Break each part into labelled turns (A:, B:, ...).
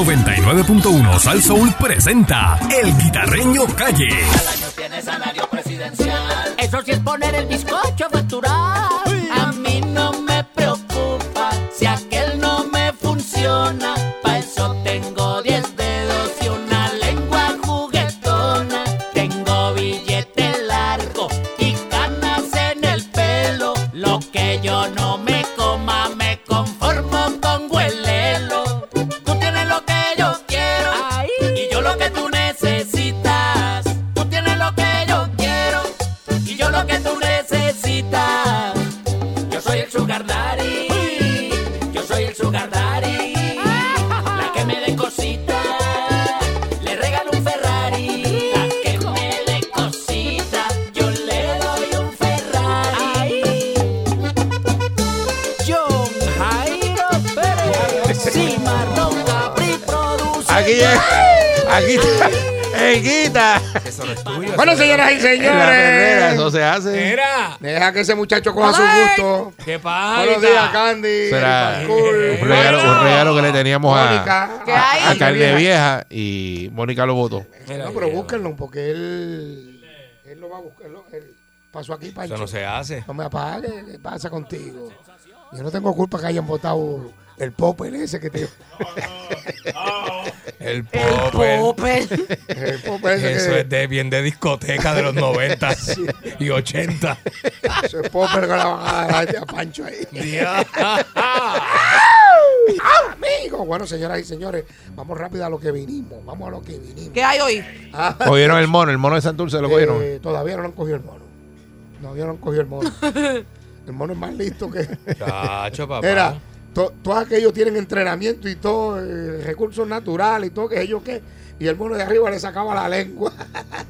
A: 99.1 Sal Soul presenta El Guitarreño Calle.
B: Al año tiene salario presidencial.
C: Eso sí es poner el bizcocho a facturar.
B: A mí no me preocupa si aquel no me funciona. Pa' eso tengo 10 dedos y una lengua juguetona. Tengo billete largo y canas en el pelo. Lo que yo no me coma me conformo con huelelo. Tú tienes lo que yo quiero y yo lo que tú necesitas. Tú tienes lo que yo quiero y yo lo que tú necesitas. Yo soy el sugar daddy. Yo soy el sugar daddy. La que me dé cosita. Le regalo un Ferrari. La que me dé cosita. Yo le doy un Ferrari.
C: John Jairo Pérez.
B: Si Marlon Capri produce.
D: Aquí es. Aquí está.
E: eh,
D: El guita.
F: Eso no es tuyo.
D: Bueno, señoras y
F: En la
D: señores.
F: eso se hace.
E: Mira,
D: Deja que ese muchacho coja su gusto.
E: ¿qué pasa?
D: Buenos días, Candy.
F: Será
D: Cool.
F: un regalo, un regalo que le teníamos a,
D: Mónica.
C: ¿Qué hay?
F: a Carne Vieja y Mónica lo votó.
D: No, pero búsquenlo porque él. Él lo va a buscar. él lo- él pasó aquí, Pancho.
E: Eso no se hace.
D: No me apagues. ¿Qué pasa contigo? Yo no tengo culpa que hayan votado el popper ese que te.
E: El
C: El
D: pues.
E: popper.
C: popper.
D: El popper ese
E: Eso
D: que-
E: es de, bien de discoteca de los 90 y 80.
D: Eso es popper que la van a dar a- a Pancho ahí.
E: Dios.
D: Amigo. Bueno, señoras y señores, vamos rápido a lo que vinimos. Vamos a lo que vinimos.
C: ¿Qué hay hoy?
D: Ah.
F: Cogieron el mono, el mono de Santurce lo cogieron.
D: Eh, todavía no lo han cogido el mono. Todavía no han cogido el mono. el mono es más listo que.
E: Chacho, papá.
D: Era, to- todos aquellos tienen entrenamiento y todo, eh, recursos naturales y todo, que ellos qué. Y el mono de arriba le sacaba la lengua.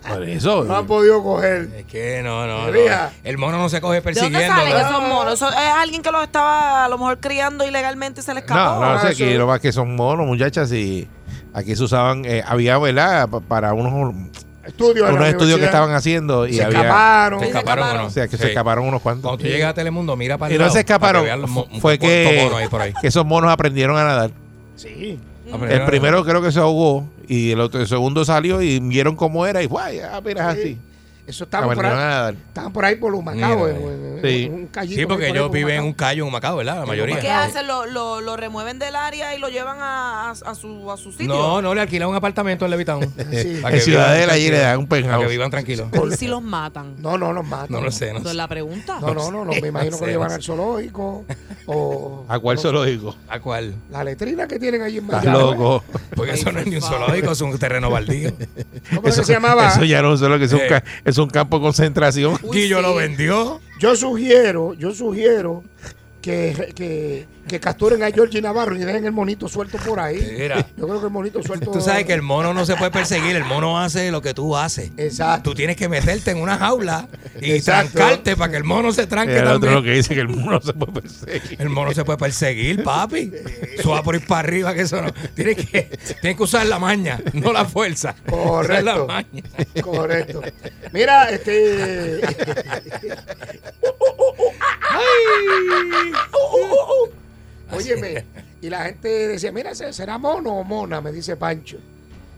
F: Por eso.
D: no han podido coger.
E: Es que no, no, Eh, no.
D: Mira.
E: El mono no se coge
C: ¿De dónde salen
E: persiguiendo.
C: esos monos? Eso es alguien que los estaba a lo mejor criando ilegalmente y se les
F: No,
C: escapó.
F: no,
D: Eso-
F: sé, que lo más que son monos, muchachas, y aquí se usaban, eh, había, ¿verdad? Pa- Para unos,
D: Estudios en
F: unos
D: la
F: estudios que
D: universidad.
F: estaban haciendo y
D: Se
F: había...
D: escaparon.
E: Se escaparon,
C: escaparon.
E: ¿no?
F: O sea, que se
E: Sí.
F: escaparon unos
E: Cuando
F: cuantos.
E: tú llegas a Telemundo, mira para
F: Y
E: el
F: no
E: lado,
F: se escaparon.
E: para que veas los mo-
F: fu- Fue
E: un cuarto mono ahí por
F: que,
E: ahí.
F: que esos monos aprendieron a nadar.
D: Sí.
F: El primero creo que se ahogó y el, otro, el segundo salió y vieron cómo era y guay, ah, mira,
D: Sí.
F: así.
D: Eso estaban por,
F: Aprendieron a
D: ahí,
F: nadar.
D: estaban por ahí por Humacao.
E: Ah, Mira,
D: en- en- en
F: sí.
D: un callito
E: Sí,
D: ahí
E: porque
D: por ahí
E: ellos
D: por
E: viven en un
D: Humacao.
E: callo, en Macao, ¿verdad? La
C: ¿Y qué
E: mayoría.
C: hacen? Lo, lo, lo remueven del área y lo llevan a, a, a su, a su sitio.
E: No, no, le alquilan un apartamento en Levitown.
D: Sí.
E: Para
F: En
E: que vivan
F: Ciudadela allí
E: tranquilos.
F: le dan un
E: Para que
F: penthouse.
E: vivan tranquilos.
C: ¿Y si los matan?
D: No, no, los matan.
E: No lo sé, no
C: Esa es
E: sé.
C: la pregunta.
D: No, no, no, no, me imagino que lo
E: sé, Ah, no
D: llevan
E: sé.
D: al zoológico o
F: ¿A cuál zoológico?
E: ¿A cuál?
D: la letrina que tienen allí en
F: Estás
D: Mayagüez.
F: loco.
E: Porque eso no es ni un zoológico, es un terreno baldío.
D: ¿Cómo es que se llamaba?
F: eso ya no es lo que
E: Eh.
F: es un, ca- es un campo de concentración.
C: Uy,
E: Guillo
C: sí.
E: lo vendió.
D: Yo sugiero, yo sugiero que, que, que capturen a Georgie Navarro y dejen el monito suelto por ahí.
E: Mira,
D: Yo creo que el monito suelto.
E: tú sabes que el mono no se puede perseguir, el mono hace lo que tú haces.
D: Exacto.
E: Tú tienes que meterte en una jaula y
D: Exacto.
E: trancarte para que el mono se
F: Y
E: tranque
F: el otro
E: también.
F: lo que dice que el mono se puede perseguir.
E: El mono se puede perseguir, papi. Eso va por ir para arriba, que eso no. Tienes que, tienes que usar la maña, no la fuerza. Usar la
D: Correcto.
E: maña.
D: Correcto. Mira, este. Óyeme, y la gente decía, mira, ¿se- ¿será mono o mona? Me dice Pancho.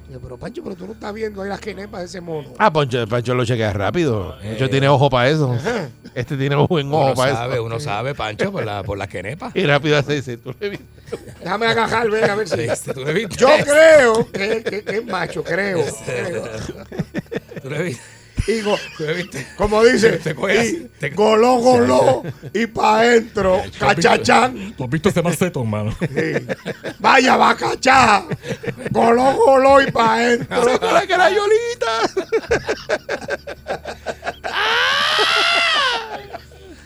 D: Y yo, pero Pancho, pero tú no estás viendo ahí las quenepas de ese mono.
F: Ah, Poncho, Pancho lo chequea rápido. Pancho tiene ojo para eso. Este tiene buen ojo
E: Eh. Uno
F: para
E: sabe,
F: eso.
E: uno sabe, Pancho, por la, por la quenepa.
F: Y rápido hace dice, tú le viste.
D: Déjame agarrar, ven a ver si.
E: Este, Este. ¿Tú le viste?
D: Yo creo que, que- que es macho, creo. creo.
E: ¿Tú le viste?
D: Y go-
E: ¿Tú le viste?
D: como dice,
E: Te coge así,
D: y
E: te-
D: goló, goló y pa' adentro, cachachán.
E: ¿Tú has visto este maceto, hermano?
D: Sí. Vaya, va cachá. Goló, goló y pa' adentro.
F: ¡Para que la Yolita!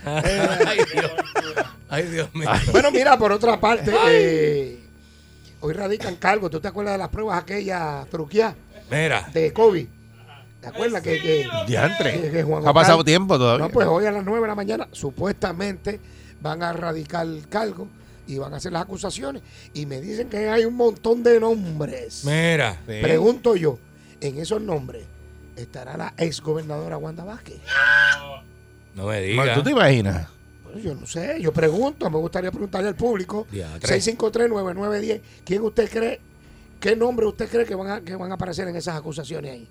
E: Ay, Dios. Ay, Dios mío.
D: Bueno, mira, por otra parte, eh, hoy radican cargo. ¿Tú te acuerdas de las pruebas aquellas truqueadas
E: Mira,
D: de COVID? ¿Te acuerdas que, que,
F: Pues
D: que- que
F: Diantre.
D: Juan
F: Ha pasado
D: Oscar-
F: tiempo todavía.
D: No, pues hoy a las 9 de la mañana supuestamente van a radicar cargo y van a hacer las acusaciones. Y me dicen que hay un montón de nombres.
E: mira.
F: Sí.
D: Pregunto yo, en esos nombres estará la exgobernadora Wanda Vázquez.
E: No me
F: Bueno,
E: digas.
F: ¿Tú te imaginas?
D: Bueno, Pues yo no sé, yo pregunto, me gustaría preguntarle al público.
E: Diatre.
D: 653-9910, ¿quién usted cree ¿Qué nombre usted cree que van a, que van a aparecer en esas acusaciones ahí?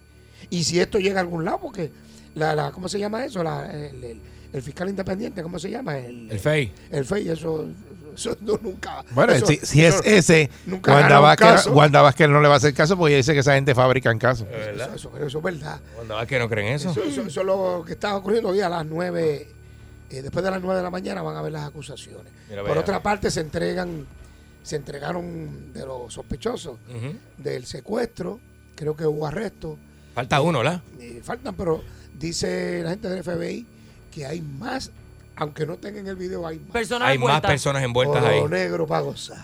D: Y si esto llega a algún lado, porque la, la- ¿cómo se llama eso? La- el, el- el fiscal independiente, ¿cómo se llama? El,
E: El FEI.
D: el FEI, eso, eso no, nunca.
F: Bueno,
D: eso-
F: si, si es
D: eso-
F: ese,
D: nunca
F: Wanda
D: ganaron
F: Vázquez,
D: caso.
F: Wanda Vázquez no le va a hacer caso porque ella dice que esa gente fabrican casos.
D: Eso, eso- eso es verdad.
E: ¿Verdad que no creen eso?
D: Eso, eso- eso es lo que está ocurriendo hoy a las 9. eh, después de las 9 de la mañana van a ver las acusaciones.
E: Mira,
D: Por
E: vaya,
D: otra
E: vaya.
D: parte, se entregan se entregaron de los sospechosos
E: Ujú.
D: del secuestro. Creo que hubo arresto.
E: Falta uno, ¿verdad?
D: eh, faltan, pero dice la gente del FBI que hay más, aunque no tengan el video, hay más.
C: Personas
E: Hay más
C: envueltas.
E: personas envueltas ahí.
D: Oro negro para gozar.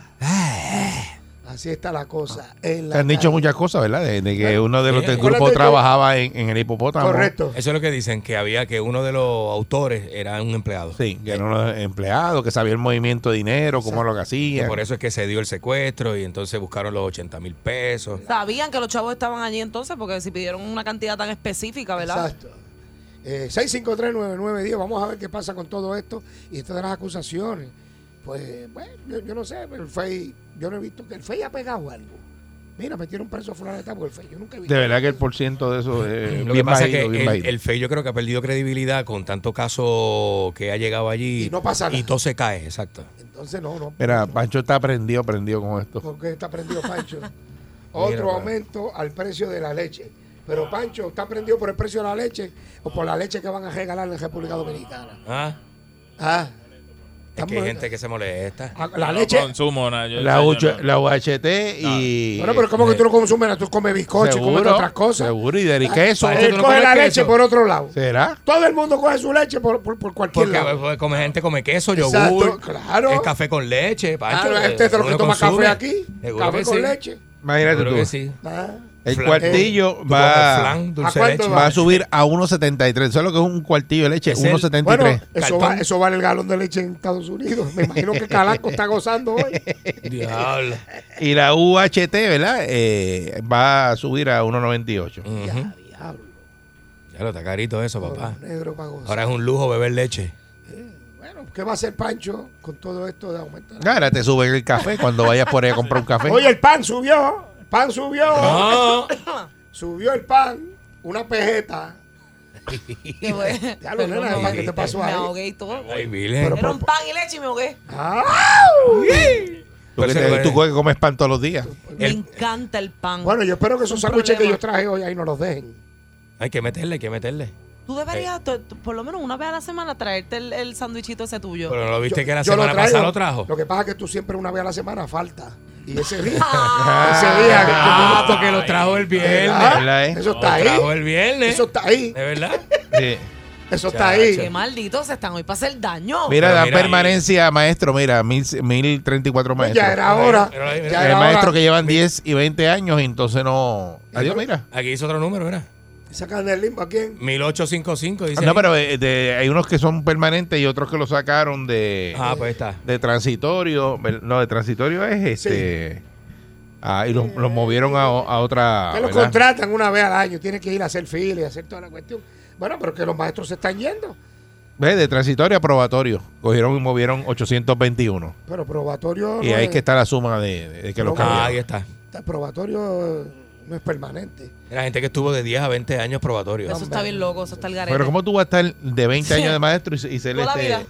D: Así está la cosa. en la
F: Ah. Han dicho
D: calle.
F: muchas cosas, ¿verdad? De, de que uno de los
E: Sí.
F: del
D: Acuérdate
F: grupo
D: que-
F: trabajaba en, en el hipopótamo.
D: Correcto.
E: Eso es lo que dicen, que había que uno de los autores era un empleado.
F: Sí, que eran unos empleados, que sabía el movimiento de dinero, cómo lo que
E: Que
F: hacían.
E: por eso es que se dio el secuestro y entonces buscaron los 80 mil pesos.
C: Sabían que los chavos estaban allí entonces, porque si pidieron una cantidad tan específica, ¿verdad?
D: Exacto. Eh, 6539910, vamos a ver qué pasa con todo esto y esto de las acusaciones. Pues, bueno, yo, yo no sé, pero el FEI, yo no he visto que el FEI ha pegado algo. Mira, metieron preso a fulano de tal por el FEI, yo nunca he visto.
F: De verdad que el porciento de eso es
E: Lo que
F: bien
E: pasa
F: bajito,
E: es
F: bien
E: que el,
F: bajito.
E: el FEI yo creo que ha perdido credibilidad con tanto caso que ha llegado allí.
D: Y no pasa nada.
E: Y todo se cae, exacto.
D: Entonces, no, no.
F: Mira, Pancho está prendido, prendido con esto.
D: Porque está prendido Pancho. Otro
E: Mira, pa.
D: aumento al precio de la leche. Pero Pancho está prendido por el precio de la leche o por la leche que van a regalar en República Dominicana.
E: Ah,
D: Ah,
E: es que hay gente que se molesta.
D: Ah, la
G: No
D: leche.
G: consumo nada. yo-
F: La,
G: yo
F: UH
G: no.
F: la UHT y...
D: Bueno, pero ¿cómo que tú no consumes? nada? Tú comes bizcocho y comes otras cosas.
F: Seguro, y de queso.
D: Él
F: ¿Tú no
D: coge
F: comes
D: la leche
F: queso?
D: por otro lado.
F: ¿Será?
D: Todo el mundo coge su leche por, por, por cualquier
E: Porque
D: lado.
E: pues, come gente come queso,
D: Exacto,
E: yogur,
D: claro.
E: el café con leche, Pancho. eh,
D: Claro, este es lo
E: uno
D: que toma
E: consume.
D: café aquí.
E: Seguro
D: Café
E: que
D: con
E: sí.
D: leche.
F: Imagínate
E: Seguro
F: tú.
E: que sí.
D: Ah,
F: El
E: Flan.
F: cuartillo
E: Tú comes
F: va,
E: flan, dulce
D: ¿A
E: de
D: cuánto
E: leche.
F: va a subir a 1.73. ¿Sabes lo que es un cuartillo de leche?
E: Es el-
F: 1.73.
D: Bueno, eso,
E: Cartón.
D: va- eso vale el galón de leche en Estados Unidos. Me imagino que Calanco está gozando hoy.
E: Diablo.
F: Y la UHT, ¿verdad? Eh, va a subir a 1.98.
E: Ujú.
D: Ya, diablo.
E: Ya lo está carito eso, papá.
D: Negro pa' gozar.
E: Ahora es un lujo beber leche.
D: Bueno, ¿qué va a hacer Pancho con todo esto de aumentar? la-
F: Ahora te suben el café cuando vayas por ahí a comprar un café.
D: Oye, el pan subió. El pan subió. Ah.
E: No.
D: Subió el pan. Una pejeta.
C: Qué bueno.
D: Ya lo nena, el pan que te pasó
C: Me
D: ahí.
C: ahogué y todo.
E: Ay, Virgen.
D: Pero-
C: Era un pan y leche y me ahogué.
D: Ah, ¡Au!
F: Tú, que
E: Pero
F: te-
E: ese-
F: tú que comes pan todos los días.
C: Me
E: El-
C: encanta el pan.
D: Bueno, yo espero que esos
C: Un
D: sándwiches que
C: problema.
D: yo traje hoy ahí no los dejen.
E: Hay que meterle, hay que meterle.
C: Tú
E: Eh.
C: deberías, to- to- por lo menos una vez a la semana, traerte el, el sandwichito ese tuyo.
E: Pero no lo viste
D: Yo-
E: que la
D: yo lo
E: semana
D: traigo.
E: pasada lo trajo.
D: Lo que pasa es que tú siempre una vez a la semana falta. Y ese día. ese día. que-
E: Ah, porque lo trajo el
D: ¿verdad?
E: viernes.
F: ¿verdad, eh?
D: Eso
E: Lo
D: está ahí.
E: trajo el viernes.
D: Eso está ahí.
E: ¿De verdad?
F: Sí.
D: Eso está ahí.
C: Qué malditos están hoy para hacer daño.
F: Mira
E: Pero
F: la
E: mira ahí.
F: permanencia, maestro. Mira, 1034
D: Pues ya
F: maestros.
D: era hora.
E: Mira, mira, mira.
D: Ya
F: El
D: era
F: maestro
D: hora.
F: que llevan 10 y 20 años y entonces no. Adiós, mira.
E: Aquí hizo otro número, mira.
D: Sacan del limbo a quién.
E: 1855 dice.
F: No,
E: ahí.
F: pero eh, de- hay unos que son permanentes y otros que lo sacaron de,
E: Ah, pues está.
F: de transitorio. ¿ver- No, de transitorio es este. Ah, y los, los movieron a, o- a otra.
D: que los
F: Ah, ¿verdad?
D: contratan una vez al año. Tienen que ir a hacer fila y hacer toda la cuestión. Bueno, pero que los maestros se están yendo.
F: Ve, De transitorio a probatorio. Cogieron y movieron 821.
D: Pero probatorio.
F: Y
D: no
F: ahí
D: es-
F: que está la suma de, de que los
D: No,
E: Ah, ahí
F: cambiaron.
E: está.
D: Probatorio eh, no es permanente.
E: Era gente que estuvo de 10 a 20 años probatorio.
C: Eso está bien loco, eso está el garete.
F: Pero ¿cómo tú vas a estar de 20
C: Sí.
F: años de maestro y, se- y ser
C: Toda la
F: este-
C: vida.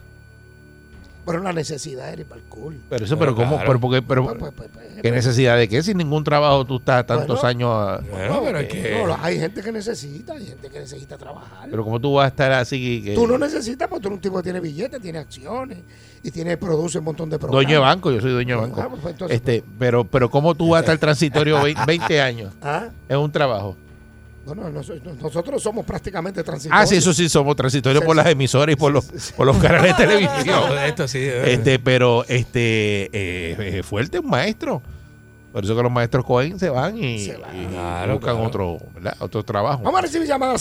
D: Pero una necesidad era ir para el cool.
F: Pero eso, pero,
E: Pero
F: ¿cómo?
E: claro.
F: Pero, porque, pero,
D: Pues, pues, pues, pues,
F: ¿Qué necesidad de qué? Sin ningún trabajo tú estás tantos
D: Bueno.
F: años. ah,
E: Bueno, pero es que.
D: no, lo- hay gente que necesita, hay gente que necesita trabajar.
F: Pero eh, ¿cómo tú vas a estar así? Que,
D: Tú no necesitas porque tú eres un tipo que tiene billetes, tiene acciones y tiene produce un montón de
F: Dueño
D: productos.
F: de banco, yo soy dueño de
D: Ah,
F: banco.
D: pues, entonces,
F: este, pero, pero ¿cómo tú vas a estar transitorio vein- 20 años?
D: Ah,
F: Es un trabajo.
D: bueno, nos- nosotros somos prácticamente transitorios.
F: Ah, sí, eso sí, somos transitorios
D: Sí,
F: por
D: sí.
F: las emisoras y por los, por los canales de televisión.
E: No, esto sí. eh.
F: Este, pero este eh, eh, fuerte un maestro. Por eso que los maestros cohen se van y,
D: Se van.
F: y
E: Claro,
F: buscan
E: claro.
F: otro, ¿verdad? otro trabajo.
D: Vamos a recibir llamadas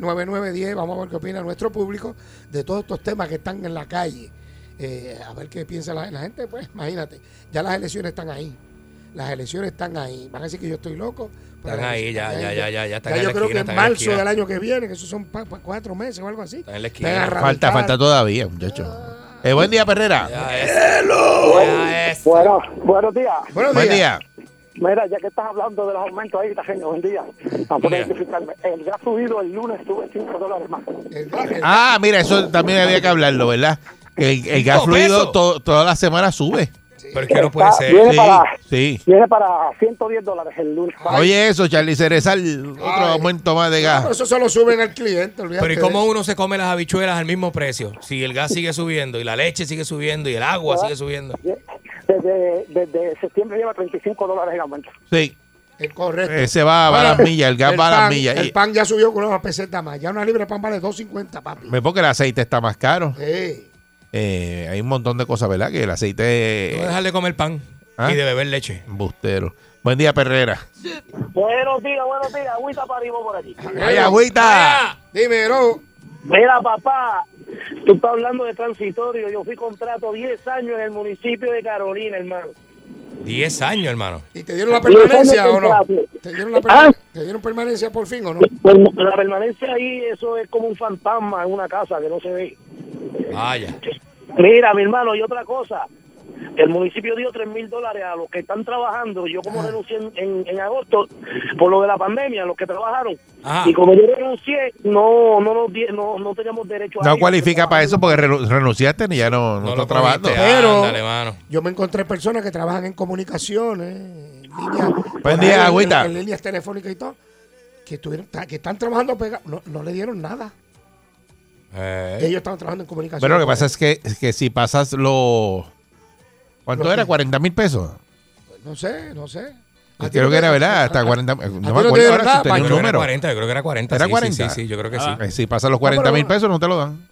D: 653-9910. Vamos a ver qué opina nuestro público de todos estos temas que están en la calle. Eh, a ver qué piensa la, la gente. Pues imagínate, ya las elecciones están ahí. Las elecciones están ahí. Van a decir que yo estoy loco. pero
E: Están
D: las
E: ahí, ya,
D: elecciones
E: ya,
D: están ahí.
E: ya, ya, ya están
D: Ya
E: en
D: yo
E: la
D: creo
E: esquina,
D: que en
E: están en la
D: marzo
E: esquina.
D: del año que viene, que esos son pa- pa- cuatro meses o algo así.
E: Están en la
D: Ven a
E: esquina.
D: arrancar.
F: falta, falta todavía, muchachos. Eh, buen día, Perrera.
E: Ya es. Ya es.
D: Pues
H: Bueno, buenos días.
D: Buenos
F: Buen
D: días.
F: día.
G: Mira, ya que estás hablando de los aumentos ahí, Tajeño, buen día. Vamos
E: Buen
G: a
E: día.
G: identificarme. El gas subido el lunes sube 5 dólares más.
D: El gas- el-
F: Ah, mira, eso también había que hablarlo, ¿verdad? Que El, el
D: Oh,
F: gas
E: Cinco
F: fluido
E: pesos.
F: to- toda la semana sube.
E: Pero es que no puede
G: Está-
E: ser.
G: Viene,
F: Sí,
G: para,
F: sí.
G: viene para 110 dólares el lunes.
F: Oye, eso, Charlie Cerezal, otro
D: Ay.
F: aumento más de
D: Pero
F: gas.
D: eso se lo suben al cliente, olvídate
E: Pero ¿y
D: de
E: cómo
D: eso.
E: uno se come las habichuelas al mismo precio? Si el gas sigue subiendo y la leche sigue subiendo y el agua sigue subiendo.
G: Desde, desde septiembre lleva 35 dólares en aumento.
F: Sí,
D: Es correcto.
F: ese va a las millas, el gas Eh, va a las
D: pan-
F: millas.
D: El
F: Y-
D: pan ya subió con una peseta más. Ya una libra de pan vale 2.50, papi.
F: Me Pues porque el aceite está más caro.
D: Sí.
F: Eh, hay un montón de cosas, ¿verdad? Que el aceite
E: No
F: es
E: dejar de comer pan
F: ¿Ah?
E: y de beber leche.
F: embustero. Buen día, Perrera.
G: Buenos días, buenos días. Agüita para Ivo por aquí.
F: ¡Vaya
D: Ah.
F: agüita!
D: Dímelo.
G: Mira, papá, tú estás hablando de transitorio. Yo fui contrato 10 años en el municipio de Carolina, hermano.
E: 10 años, hermano.
D: ¿Y te dieron la
G: Yo
D: permanencia
G: tengo
D: o no?
G: contrato.
D: ¿Te dieron, la
G: Ah.
D: perma- ¿Te dieron permanencia por fin o no?
G: Bueno, La permanencia ahí, eso es como un fantasma en una casa que no se ve.
E: Vaya.
G: Mira, mi hermano, y otra cosa. El municipio dio 3 mil dólares a los que están trabajando. Yo como renuncié en, en- en agosto por lo de la pandemia, los que trabajaron.
E: Ajá.
G: Y como yo renuncié, no no nos di- no, no teníamos derecho a...
F: No
G: ir.
F: cualifica para eso porque renu- renunciaste y ya no, no,
E: No
F: está
E: lo
F: trabajando.
E: comiste.
D: Pero-
E: Ándale, mano.
D: Yo me encontré personas que trabajan en comunicaciones, en líneas,
F: Buen día,
D: en-
F: agüita.
D: en líneas telefónicas y todo, que, estuvieron, ta- que están trabajando pegados. No, no le dieron nada.
E: Eh,
D: Ellos estaban trabajando en comunicaciones.
F: Pero lo que pasa es que, es que si pasas lo... ¿Cuánto
D: Lo
F: era?
D: que-
F: ¿40 mil pesos?
D: No sé, no sé. ¿A ti
F: Creo
D: no
F: que
D: te-
F: era, ¿verdad? Hasta
D: a-
F: 40... No me
D: no te
F: acuerdo
D: dieron
F: ahora si
D: nada,
F: tenía
E: yo
F: un
E: creo que era
F: número.
E: 40, yo creo que era 40.
F: ¿Era
E: sí,
F: 40?
E: Sí, sí, sí, yo creo que sí.
F: Eh, Si pasas los 40 mil
D: pero-
F: pesos no te lo dan.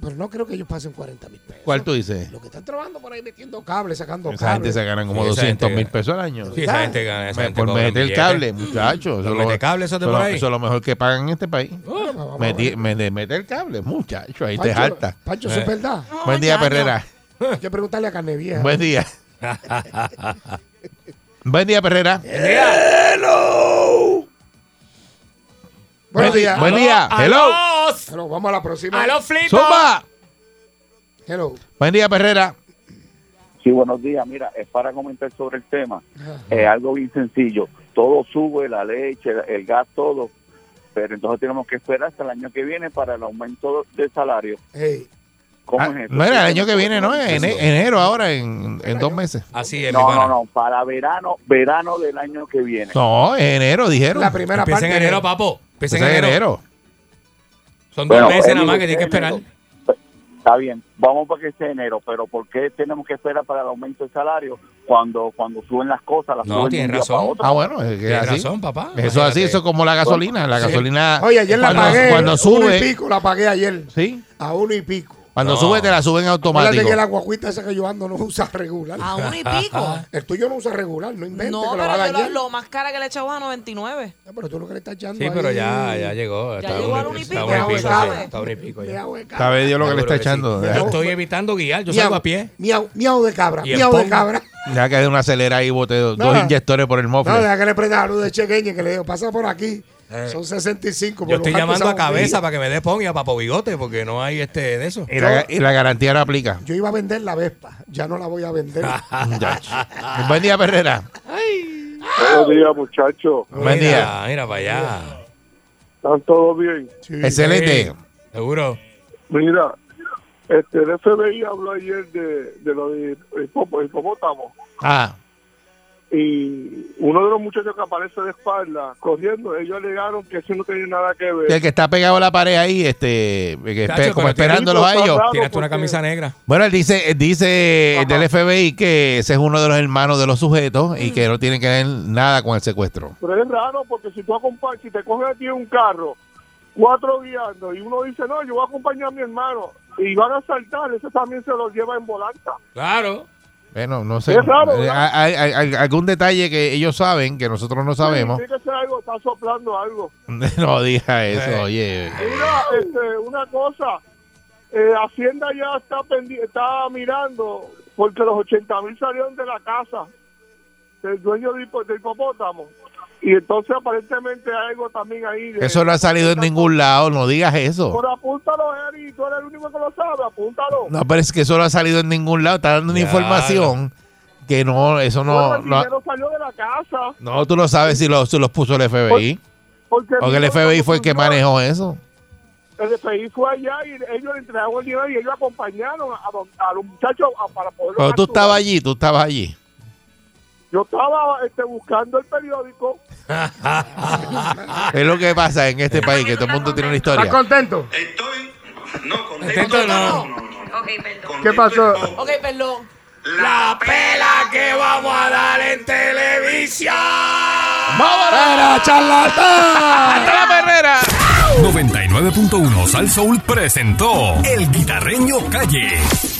D: Pero no creo que ellos pasen 40 mil pesos.
F: ¿Cuál tú dices?
D: Los que están trabajando por ahí metiendo cables, sacando
F: Esa gente
D: cables.
F: se ganan como
E: Sí, esa
F: 200 mil
E: gente-
F: pesos al año.
E: Sí, esa gente gana. Esa
F: Me-
E: gente
F: por
E: cobra
F: meter el
E: billetes.
F: cable, muchachos. Eso,
E: Los
F: lo-
E: metecables son de
F: eso
E: por
F: lo-
E: ahí.
F: eso es lo mejor que pagan en este país.
D: Oh, Vamos, vamos,
F: Meti- me- de meter el cable, muchachos. Ahí te
D: Pancho,
F: jalta.
D: Pancho, eso es verdad.
F: Buen día, Perrera.
D: Hay que preguntarle a Carne Vieja.
F: Buen día. Buen día, Perrera.
D: Buenos
F: Buen
D: días.
F: Buen día. Hello.
E: ¡Aló!
D: Hello, vamos a la próxima.
E: ¡Aló, flipo!
F: Zumba.
D: Hello.
F: Buen día, Perrera.
H: Sí, buenos días. Mira, es para comentar sobre el tema. Eh, algo bien sencillo. Todo sube, la leche, el, el gas, todo. Pero entonces tenemos que esperar hasta el año que viene para el aumento del salario.
D: Hey,
H: ¿Cómo
F: Ah,
H: es eso?
F: no era el año que viene, ¿no? En en enero ahora, en, en dos meses.
E: Así es, eh, mi
H: No,
E: pana.
H: no, no, para verano, verano del año que viene.
F: No, en enero dijeron.
D: la primera
E: Empieza
D: parte.
E: en enero, papo. Empieza en enero. Son dos
H: Bueno,
E: meses nada
H: enero,
E: más que tienes que esperar.
H: enero. Está bien, vamos para que sea enero, pero ¿por qué tenemos que esperar para el aumento del salario cuando cuando suben las cosas? Las
E: No,
H: suben de un
E: tienes
H: día
E: razón.
H: para otro?
F: Ah, bueno, es que
E: Tienes
F: así.
E: razón, papá.
F: Eso así, eso es como la gasolina. La gasolina.
D: Oye, ayer la
F: cuando,
D: pagué.
F: Cuando
D: Uno y
F: sube.
D: pico, la pagué ayer.
F: Sí.
D: A uno y pico.
F: Cuando
E: No.
F: sube, te la suben automático.
D: Acuérdate que la guaguita esa que yo ando no usa regular.
C: A uno y pico.
D: El tuyo no usa regular, no inventes
C: Ah, No,
D: que lo va a
C: pero yo lo,
D: dañar.
C: lo más cara que le he echado es a 99.
D: Ah, Pero tú lo que le estás echando
E: Sí, pero
D: ahí-
E: ya, ya llegó.
C: Ya llegó al uno y
E: Está
C: pico,
E: uno y
D: ya
E: pico,
D: sabe.
E: sí, está uno y pico ya.
D: Miau de cabra.
F: Sabe Dios lo que le está
E: Seguro que sí.
F: echando.
E: Yo
F: Ya-
E: estoy evitando guiar, yo salgo a pie.
D: Miau, miau de cabra.
E: Y el
D: Miau de
E: pon.
D: cabra.
F: Ya que de una acelera y boté dos,
D: No.
F: dos inyectores por el mofle.
D: No, deja que le prenda la luz de chequeña que le digo, pasa por aquí. Son 65.
E: Yo
D: por
E: estoy
D: buscar
E: llamando a
D: esa
E: cabeza
D: bombilla.
E: para que me dé pon y a papo bigote porque no hay este de eso.
F: y, la, y la garantía no aplica.
D: Yo iba a vender la Vespa, ya no la voy a vender.
F: Ya. Buen día, Perrera.
H: Buenos días, muchachos.
F: Buen
E: Mira,
F: día.
E: Mira para allá.
H: ¿Están todos bien?
D: Sí.
F: Excelente.
E: Sí, Seguro.
H: Mira, este, el FBI habló ayer de, de lo de hipopo- hipopótamo
F: Ah,
H: y uno de los muchachos que aparece de espalda corriendo, ellos alegaron que eso no tenía nada que ver.
F: el que está pegado a la pared ahí, este, que espe-
E: Tacho,
F: como
E: pero
F: esperándolos a
H: tiene-
F: ellos.
H: Claro,
E: Tiraste una
H: porque-
E: camisa negra.
F: Bueno, él dice, él dice el del FBI que ese es uno de los hermanos de los sujetos y que no tiene que ver nada con el secuestro.
H: Pero es raro porque si tú acompañas, si te coges a ti un carro, cuatro guiando y uno dice, no, yo voy a acompañar a mi hermano y van a saltar, eso también se lo lleva en volanta.
E: Claro.
F: Bueno, no sé.
H: Es raro,
F: Eh,
H: ¿verdad?
F: hay- hay- hay algún detalle que ellos saben que nosotros no sabemos.
H: Tiene que ser algo, está soplando algo.
F: No diga eso,
E: Eh.
F: oye.
H: Mira, este, una cosa, eh, Hacienda ya está, pendi- está mirando porque los 80 mil salieron de la casa del dueño del hipo- del hipopótamo. Y entonces aparentemente hay algo también ahí. de-
F: Eso no ha salido en ningún lado, no digas eso.
H: Pero apúntalo, Eri, tú eres el único que lo sabe, apúntalo.
F: No, pero es que eso no ha salido en ningún lado, está dando una
E: Ya,
F: información que no, eso
G: Bueno,
F: no.
G: el
F: No,
G: dinero salió de la casa.
F: no, tú no sabes si los, si los puso el FBI.
G: Porque
F: Porque el
G: dinero
F: FBI fue el que
G: funcionó.
F: manejó eso.
G: El FBI fue allá y ellos le entregaron el dinero y ellos acompañaron a, don- a los muchachos a- para poder.
F: Cuando tú estabas allí, tú estabas allí.
G: Yo estaba este, buscando el periódico.
F: Es lo que pasa en este país, que todo el mundo tiene una
D: ¿Estás
F: historia.
D: contento?
H: Estoy. No,
I: Contento
H: contento
I: no.
H: no. no, no, no. Contento
D: ¿Qué pasó?
H: es poco.
J: Ok, perdón.
H: La pela que vamos a dar en televisión.
I: ¡Para, charlatán!
A: 99.1 Sal Soul presentó El Guitarreño Calle.